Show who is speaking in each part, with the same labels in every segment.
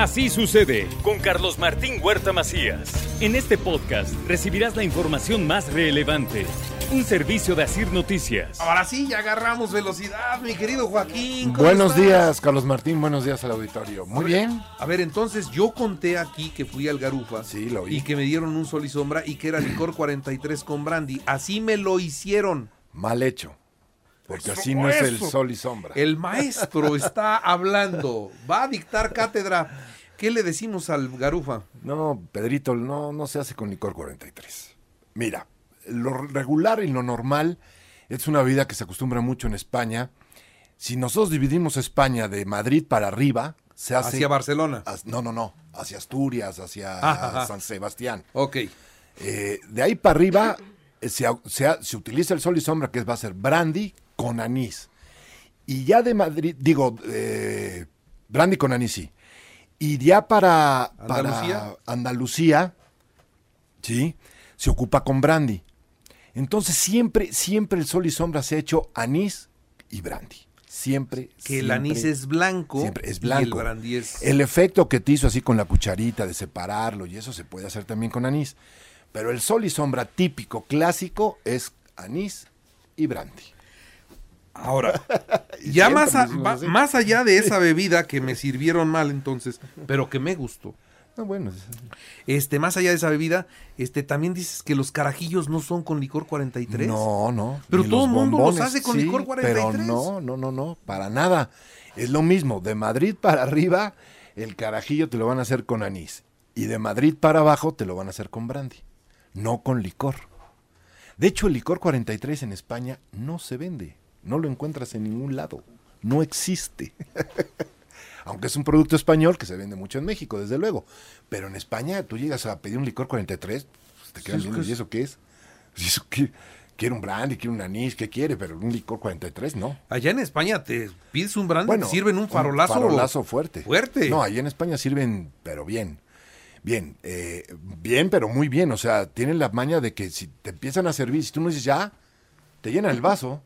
Speaker 1: Así sucede con Carlos Martín Huerta Macías. En este podcast recibirás la información más relevante. Un servicio de Asir Noticias.
Speaker 2: Ahora sí, ya agarramos velocidad, mi querido Joaquín. ¿cómo
Speaker 3: Buenos
Speaker 2: estás?
Speaker 3: días, Carlos Martín. Buenos días al auditorio. Muy bien.
Speaker 2: A ver, entonces yo conté aquí que fui al Garufa.
Speaker 3: Sí, lo oí.
Speaker 2: Y que me dieron un sol y sombra y que era licor 43 con brandy. Así me lo hicieron.
Speaker 3: Mal hecho. Porque
Speaker 2: Eso,
Speaker 3: así no es el
Speaker 2: eso.
Speaker 3: sol y sombra.
Speaker 2: El maestro está hablando. Va a dictar cátedra. ¿Qué le decimos al Garufa?
Speaker 3: No, Pedrito, no, no se hace con licor 43. Mira, lo regular y lo normal es una vida que se acostumbra mucho en España. Si nosotros dividimos España de Madrid para arriba, se hace...
Speaker 2: Hacia Barcelona. Ah,
Speaker 3: as- no, no, no. Hacia Asturias, hacia
Speaker 2: Ajá, ajá.
Speaker 3: San Sebastián.
Speaker 2: Ok.
Speaker 3: Eh, de ahí para arriba eh, se, au- se ha- se utiliza el sol y sombra, que va a ser brandy con anís. Y ya de Madrid, digo, eh, brandy con anís, sí. Y ya para para
Speaker 2: ¿Andalucía?
Speaker 3: Andalucía, sí, se ocupa con brandy. Entonces siempre, siempre el sol y sombra se ha hecho anís y brandy. Siempre.
Speaker 2: Que el
Speaker 3: siempre,
Speaker 2: anís es blanco.
Speaker 3: Siempre es
Speaker 2: Y el
Speaker 3: blanco.
Speaker 2: brandy es.
Speaker 3: El efecto que te hizo así con la cucharita de separarlo y eso se puede hacer también con anís. Pero el sol y sombra típico, clásico, es anís y brandy.
Speaker 2: Ahora, ya más, a-
Speaker 3: siempre lo
Speaker 2: va-
Speaker 3: hacen.
Speaker 2: más allá de esa bebida que me sirvieron mal entonces, pero que me gustó.
Speaker 3: No, bueno, es-
Speaker 2: Este, más allá de esa bebida, este, también dices que los carajillos no son con licor 43.
Speaker 3: no, no.
Speaker 2: Pero
Speaker 3: ni
Speaker 2: todo
Speaker 3: los
Speaker 2: el mundo los
Speaker 3: bombones,
Speaker 2: hace con
Speaker 3: sí,
Speaker 2: licor 43.
Speaker 3: Pero no, no, no, no, para nada. Es lo mismo, de Madrid para arriba, el carajillo te lo van a hacer con anís. Y de Madrid para abajo te lo van a hacer con brandy, no con licor. De hecho, el licor 43 en España no se vende, no lo encuentras en ningún lado, no existe. Aunque es un producto español que se vende mucho en México, desde luego. Pero en España tú llegas a pedir un licor 43, pues, te quedan
Speaker 2: es
Speaker 3: viendo,
Speaker 2: que
Speaker 3: ¿y eso qué es? ¿Y eso qué? Quiero un brandy, quiero un anís, ¿qué quiere? Pero un licor 43 no.
Speaker 2: Allá en España te pides un brandy, te sirven un farolazo.
Speaker 3: farolazo fuerte.
Speaker 2: Fuerte.
Speaker 3: No, ahí en España sirven, pero bien. Bien, eh, bien, pero muy bien. O sea, tienen la maña de que si te empiezan a servir, si tú no dices ya, te llenan el vaso.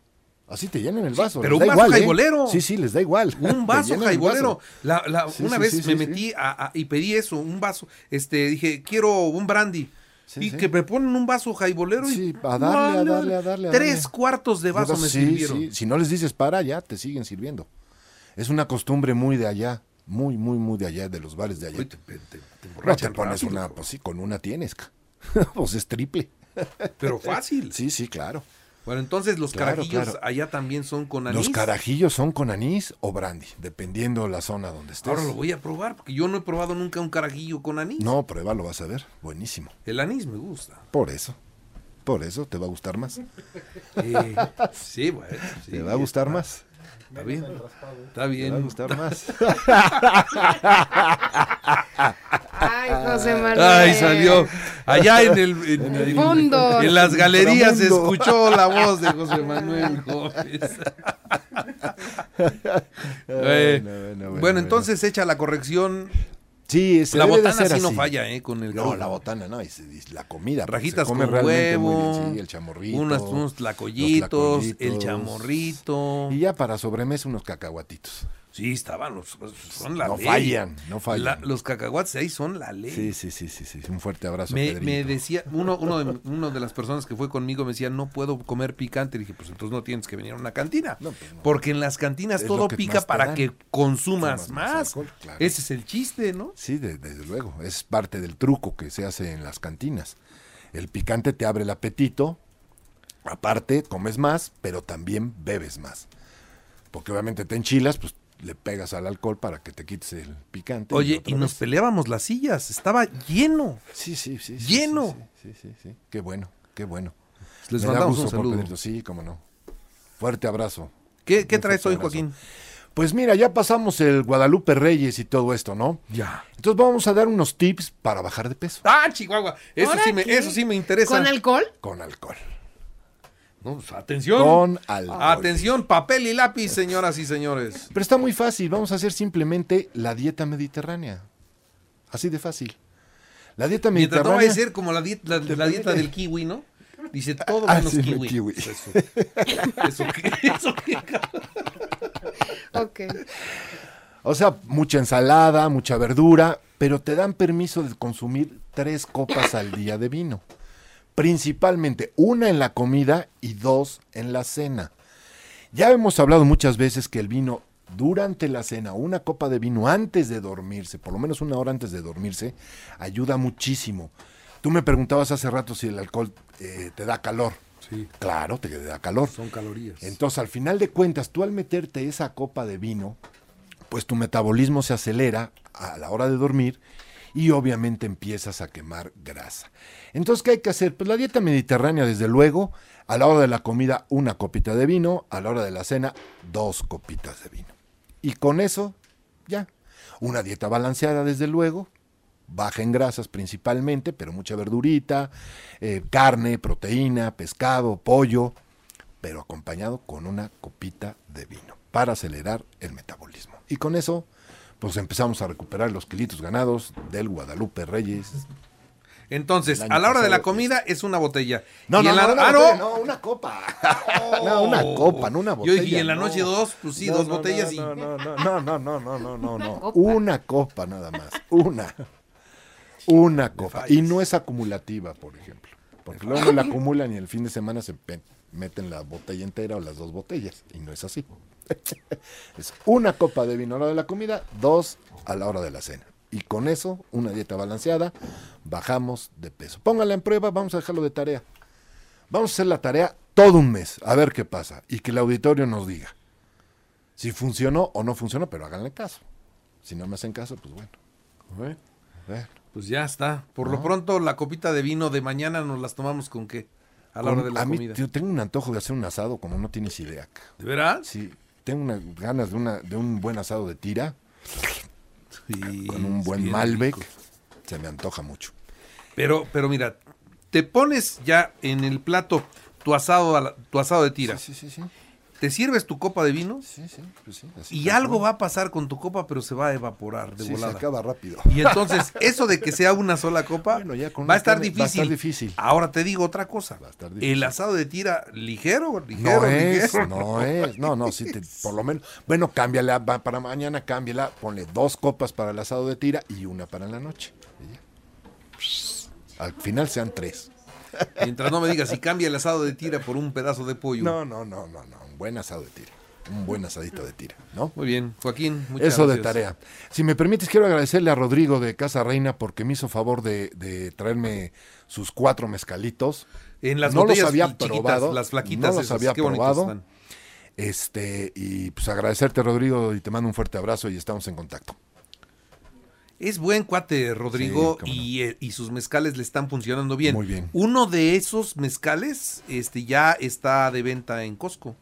Speaker 3: Así te llenan el vaso.
Speaker 2: pero
Speaker 3: les
Speaker 2: un
Speaker 3: da
Speaker 2: vaso
Speaker 3: igual, ¿eh?
Speaker 2: jaibolero.
Speaker 3: Sí, sí, les da igual.
Speaker 2: Un
Speaker 3: Te
Speaker 2: vaso,
Speaker 3: llenan el
Speaker 2: jaibolero.
Speaker 3: vaso.
Speaker 2: La- la-
Speaker 3: Sí,
Speaker 2: una
Speaker 3: sí,
Speaker 2: vez
Speaker 3: sí,
Speaker 2: me
Speaker 3: sí, sí.
Speaker 2: metí a- a- y pedí eso, un vaso. Este, dije, quiero un brandy.
Speaker 3: Sí,
Speaker 2: y
Speaker 3: sí.
Speaker 2: que me ponen un vaso jaibolero y
Speaker 3: Sí, a darle, a darle, a darle, a
Speaker 2: tres
Speaker 3: darle.
Speaker 2: cuartos de vaso
Speaker 3: Luego,
Speaker 2: me
Speaker 3: sí,
Speaker 2: sirvieron.
Speaker 3: sí, Si no les dices para, ya te siguen sirviendo. Es una costumbre muy de allá, muy, muy, muy de allá, de los bares de allá.
Speaker 2: Uy, te- te- te
Speaker 3: no te
Speaker 2: emborrachan
Speaker 3: pones
Speaker 2: rápido,
Speaker 3: una,
Speaker 2: co-
Speaker 3: pues sí, con una tienes. ca. pues es triple.
Speaker 2: pero fácil.
Speaker 3: Sí, sí, claro.
Speaker 2: Bueno, entonces los
Speaker 3: Claro,
Speaker 2: carajillos
Speaker 3: claro.
Speaker 2: allá también son con anís.
Speaker 3: Los carajillos son con anís o brandy, dependiendo la zona donde estés.
Speaker 2: Ahora lo voy a probar, porque yo no he probado nunca un carajillo con anís.
Speaker 3: No, prueba, lo vas a ver. Buenísimo.
Speaker 2: El anís me gusta.
Speaker 3: Por eso. Por eso te va a gustar más.
Speaker 2: Eh, sí, bueno. sí,
Speaker 3: te va a gustar más.
Speaker 2: Está bien. Está
Speaker 3: Te va a
Speaker 2: bien.
Speaker 3: gustar más.
Speaker 4: Ay, José Manuel.
Speaker 2: Ah. Ay, salió. Allá en el, en,
Speaker 4: el fondo.
Speaker 2: en las galerías se
Speaker 3: Inframundo.
Speaker 2: escuchó la voz de José Manuel Gómez. Eh,
Speaker 3: Bueno, bueno,
Speaker 2: bueno,
Speaker 3: bueno, bueno.
Speaker 2: entonces hecha la corrección.
Speaker 3: Sí, se
Speaker 2: la
Speaker 3: debe de
Speaker 2: botana sí
Speaker 3: ser
Speaker 2: no
Speaker 3: así.
Speaker 2: falla, ¿eh? Con el
Speaker 3: No,
Speaker 2: garufa.
Speaker 3: la botana no, es, es la comida. porque
Speaker 2: Rajitas
Speaker 3: se come
Speaker 2: con
Speaker 3: realmente muy bien,
Speaker 2: huevo,
Speaker 3: sí, el chamorrito.
Speaker 2: unas- unos
Speaker 3: los
Speaker 2: tlacoyitos, el
Speaker 3: tlacoyitos.
Speaker 2: chamorrito.
Speaker 3: Y ya para sobremesa unos cacahuatitos.
Speaker 2: Sí, estaban los. Son la
Speaker 3: No
Speaker 2: ley.
Speaker 3: fallan, no fallan.
Speaker 2: La- los cacahuates ahí son la ley.
Speaker 3: Sí, sí, sí, sí, sí. Un fuerte abrazo,
Speaker 2: Me,
Speaker 3: Pedrito.
Speaker 2: me decía, uno, uno, de, uno de las personas que fue conmigo me decía, no puedo comer picante. Le dije, pues entonces no tienes que venir a una cantina.
Speaker 3: No, pues, no.
Speaker 2: Porque en las cantinas
Speaker 3: Es
Speaker 2: todo
Speaker 3: lo que
Speaker 2: pica
Speaker 3: más te
Speaker 2: para
Speaker 3: dan.
Speaker 2: que consumas más.
Speaker 3: Consumas más alcohol, claro.
Speaker 2: Ese es el chiste, ¿no?
Speaker 3: Sí, de- desde luego. Es parte del truco que se hace en las cantinas. El picante te abre el apetito. Aparte, comes más, pero también bebes más. Porque obviamente te enchilas, pues le pegas al alcohol para que te quites el picante.
Speaker 2: Oye,
Speaker 3: otra
Speaker 2: y nos
Speaker 3: vez.
Speaker 2: peleábamos las sillas. Estaba lleno.
Speaker 3: Sí, sí, sí. sí,
Speaker 2: ¡Lleno!
Speaker 3: Sí sí, sí, sí, sí. Qué bueno, qué bueno.
Speaker 2: Les
Speaker 3: Me da
Speaker 2: mandamos
Speaker 3: gusto
Speaker 2: un
Speaker 3: por
Speaker 2: saludo.
Speaker 3: Pedrito, Sí, cómo no. Fuerte abrazo.
Speaker 2: ¿Qué, qué
Speaker 3: Un
Speaker 2: traes
Speaker 3: fuerte
Speaker 2: hoy,
Speaker 3: abrazo.
Speaker 2: Joaquín?
Speaker 3: Pues mira, ya pasamos el Guadalupe Reyes y todo esto, ¿no?
Speaker 2: Ya.
Speaker 3: Entonces vamos a dar unos tips para bajar de peso
Speaker 2: ¡Ah, Chihuahua! Eso
Speaker 4: Ahora
Speaker 2: sí, me,
Speaker 4: qué.
Speaker 2: eso sí me interesa.
Speaker 4: ¿Con alcohol?
Speaker 3: con alcohol.
Speaker 2: No, pues, atención.
Speaker 3: Con alcohol.
Speaker 2: Atención, papel y lápiz, señoras y señores.
Speaker 3: Pero está muy fácil, vamos a hacer simplemente la dieta mediterránea. Así de fácil. La dieta
Speaker 2: Mientras no
Speaker 3: mediterránea.
Speaker 2: vaya a ser como la, dieta- la- la dieta del kiwi, ¿no? Dice todo
Speaker 3: Ah,
Speaker 2: menos
Speaker 3: sí,
Speaker 2: kiwi.
Speaker 3: kiwi.
Speaker 2: Eso. Eso qué, eso qué, cabrón.
Speaker 4: Ok.
Speaker 3: O sea, mucha ensalada, mucha verdura, pero te dan permiso de consumir tres copas al día de vino. Principalmente una en la comida y dos en la cena. Ya hemos hablado muchas veces que el vino durante la cena, una copa de vino antes de dormirse, por lo menos una hora antes de dormirse, ayuda muchísimo. Tú me preguntabas hace rato si el alcohol eh, te da calor.
Speaker 2: Sí.
Speaker 3: Claro, te da calor.
Speaker 2: Son calorías.
Speaker 3: Entonces, al final de cuentas, tú al meterte esa copa de vino, pues tu metabolismo se acelera a la hora de dormir y obviamente empiezas a quemar grasa. Entonces, ¿qué hay que hacer? Pues la dieta mediterránea, desde luego, a la hora de la comida una copita de vino, a la hora de la cena dos copitas de vino. Y con eso, ya. Una dieta balanceada, desde luego, baja en grasas principalmente, pero mucha verdurita, eh, carne, proteína, pescado, pollo, pero acompañado con una copita de vino para acelerar el metabolismo. Y con eso, pues empezamos a recuperar los kilitos ganados del Guadalupe Reyes.
Speaker 2: Entonces,
Speaker 3: El
Speaker 2: a
Speaker 3: año
Speaker 2: la hora de
Speaker 3: pasado,
Speaker 2: la comida es una botella.
Speaker 3: No,
Speaker 2: Y
Speaker 3: no,
Speaker 2: en
Speaker 3: no,
Speaker 2: la-
Speaker 3: no, una
Speaker 2: ¡Ah, no!
Speaker 3: botella, no, una copa. No, una copa, no una
Speaker 2: Yo
Speaker 3: botella.
Speaker 2: dije, y en la
Speaker 3: no.
Speaker 2: noche dos, pues sí,
Speaker 3: No,
Speaker 2: dos
Speaker 3: no,
Speaker 2: botellas
Speaker 3: no,
Speaker 2: y.
Speaker 3: No, no, no, no, no, no, no, no, no.
Speaker 4: copa.
Speaker 3: Una copa nada más. Una. Una copa. Y no es acumulativa, por ejemplo. Porque luego no la acumulan y el fin de semana se pe- meten la botella entera o las dos botellas. Y no es así. Es una copa de vino a la hora de la comida, dos a la hora de la cena. Y con eso, una dieta balanceada, bajamos de peso. Póngala en prueba, vamos a dejarlo de tarea. Vamos a hacer la tarea todo un mes, a ver qué pasa. Y que el auditorio nos diga si funcionó o no funcionó, pero háganle caso. Si no me hacen caso, pues bueno.
Speaker 2: Bueno,
Speaker 3: Bueno,
Speaker 2: Pues ya está. Por lo pronto, la copita de vino de mañana nos las tomamos con qué? A la hora de la
Speaker 3: a mí
Speaker 2: comida.
Speaker 3: yo tengo un antojo de hacer un asado como no tienes idea. ca.
Speaker 2: ¿De veras?
Speaker 3: Sí, tengo unas ganas de, una, de un buen asado de tira
Speaker 2: Sí,
Speaker 3: con un
Speaker 2: es
Speaker 3: buen
Speaker 2: bien
Speaker 3: Malbec.
Speaker 2: rico.
Speaker 3: Se me antoja mucho.
Speaker 2: Pero, pero mira, te pones ya en el plato tu asado, a la- tu asado de tira.
Speaker 3: Sí, sí, sí.
Speaker 2: Te sirves tu copa de vino
Speaker 3: sí, sí, pues sí, así
Speaker 2: y
Speaker 3: tal
Speaker 2: algo
Speaker 3: cual.
Speaker 2: va a pasar con tu copa, pero se va a evaporar de
Speaker 3: Sí, se
Speaker 2: volada.
Speaker 3: acaba rápido.
Speaker 2: Y entonces, eso de que sea una sola copa
Speaker 3: Bueno, ya con
Speaker 2: va,
Speaker 3: una
Speaker 2: a estar
Speaker 3: carne-
Speaker 2: difícil.
Speaker 3: va a estar difícil.
Speaker 2: Ahora te digo otra cosa.
Speaker 3: Va a estar difícil.
Speaker 2: El asado de tira ligero, ligero,
Speaker 3: No es,
Speaker 2: ligero.
Speaker 3: no es, no, no, sí, te- por lo menos, bueno, cámbiala, va para mañana cámbiala, ponle dos copas para el asado de tira y una para la noche. y ya. Al final sean tres.
Speaker 2: Mientras no me digas si cambia el asado de tira por un pedazo de pollo.
Speaker 3: No, no, no, no, no, un buen asado de tira, un buen asadito de tira, ¿no?
Speaker 2: Muy bien, Joaquín, muchas
Speaker 3: Eso de
Speaker 2: gracias.
Speaker 3: tarea. Si me permites, quiero agradecerle a Rodrigo de Casa Reina porque me hizo favor de, de traerme sus cuatro mezcalitos.
Speaker 2: En las
Speaker 3: no los
Speaker 2: botellas
Speaker 3: había
Speaker 2: chiquitas,
Speaker 3: probado.
Speaker 2: las
Speaker 3: no
Speaker 2: flaquitas
Speaker 3: los
Speaker 2: esas,
Speaker 3: había
Speaker 2: qué bonitas
Speaker 3: probado.
Speaker 2: están.
Speaker 3: Este, y pues agradecerte, Rodrigo, y te mando un fuerte abrazo y estamos en contacto.
Speaker 2: Es buen cuate, Rodrigo,
Speaker 3: Sí, cómo no.
Speaker 2: y, eh, y sus mezcales le están funcionando bien.
Speaker 3: Muy bien.
Speaker 2: Uno de esos mezcales este, ya está de venta en Costco.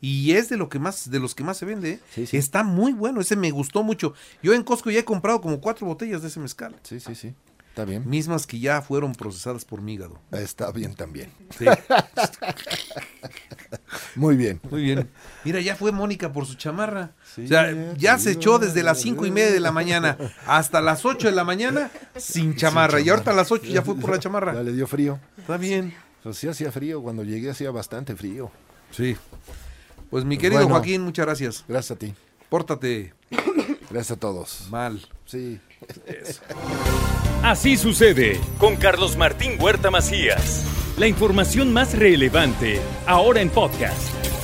Speaker 2: Y es de lo que más, de los que más se vende. ¿eh?
Speaker 3: Sí, sí.
Speaker 2: Está muy bueno, ese me gustó mucho. Yo en Costco ya he comprado como cuatro botellas de ese mezcal.
Speaker 3: Sí, sí, sí. Está bien.
Speaker 2: Mismas que ya fueron procesadas por mi hígado.
Speaker 3: Está bien también.
Speaker 2: Sí,
Speaker 3: Muy bien.
Speaker 2: muy bien. Mira, ya fue Mónica por su chamarra.
Speaker 3: Sí,
Speaker 2: o sea,
Speaker 3: ya
Speaker 2: ya,
Speaker 3: te
Speaker 2: se
Speaker 3: digo,
Speaker 2: echó desde
Speaker 3: ya
Speaker 2: las
Speaker 3: te
Speaker 2: cinco y
Speaker 3: digo.
Speaker 2: media de la mañana hasta las 8 de la mañana sin chamarra. Y ahorita a las 8 ya fue por la chamarra.
Speaker 3: Ya le dio frío.
Speaker 2: Está bien.
Speaker 3: Pues sí hacía frío. Cuando llegué hacía bastante frío.
Speaker 2: Sí. Pues mi querido
Speaker 3: Bueno.
Speaker 2: Joaquín, muchas gracias.
Speaker 3: Gracias a ti.
Speaker 2: Pórtate
Speaker 3: Gracias a todos.
Speaker 2: mal.
Speaker 3: Sí.
Speaker 1: Así sucede con Carlos Martín Huerta Macías. La información más relevante ahora en podcast.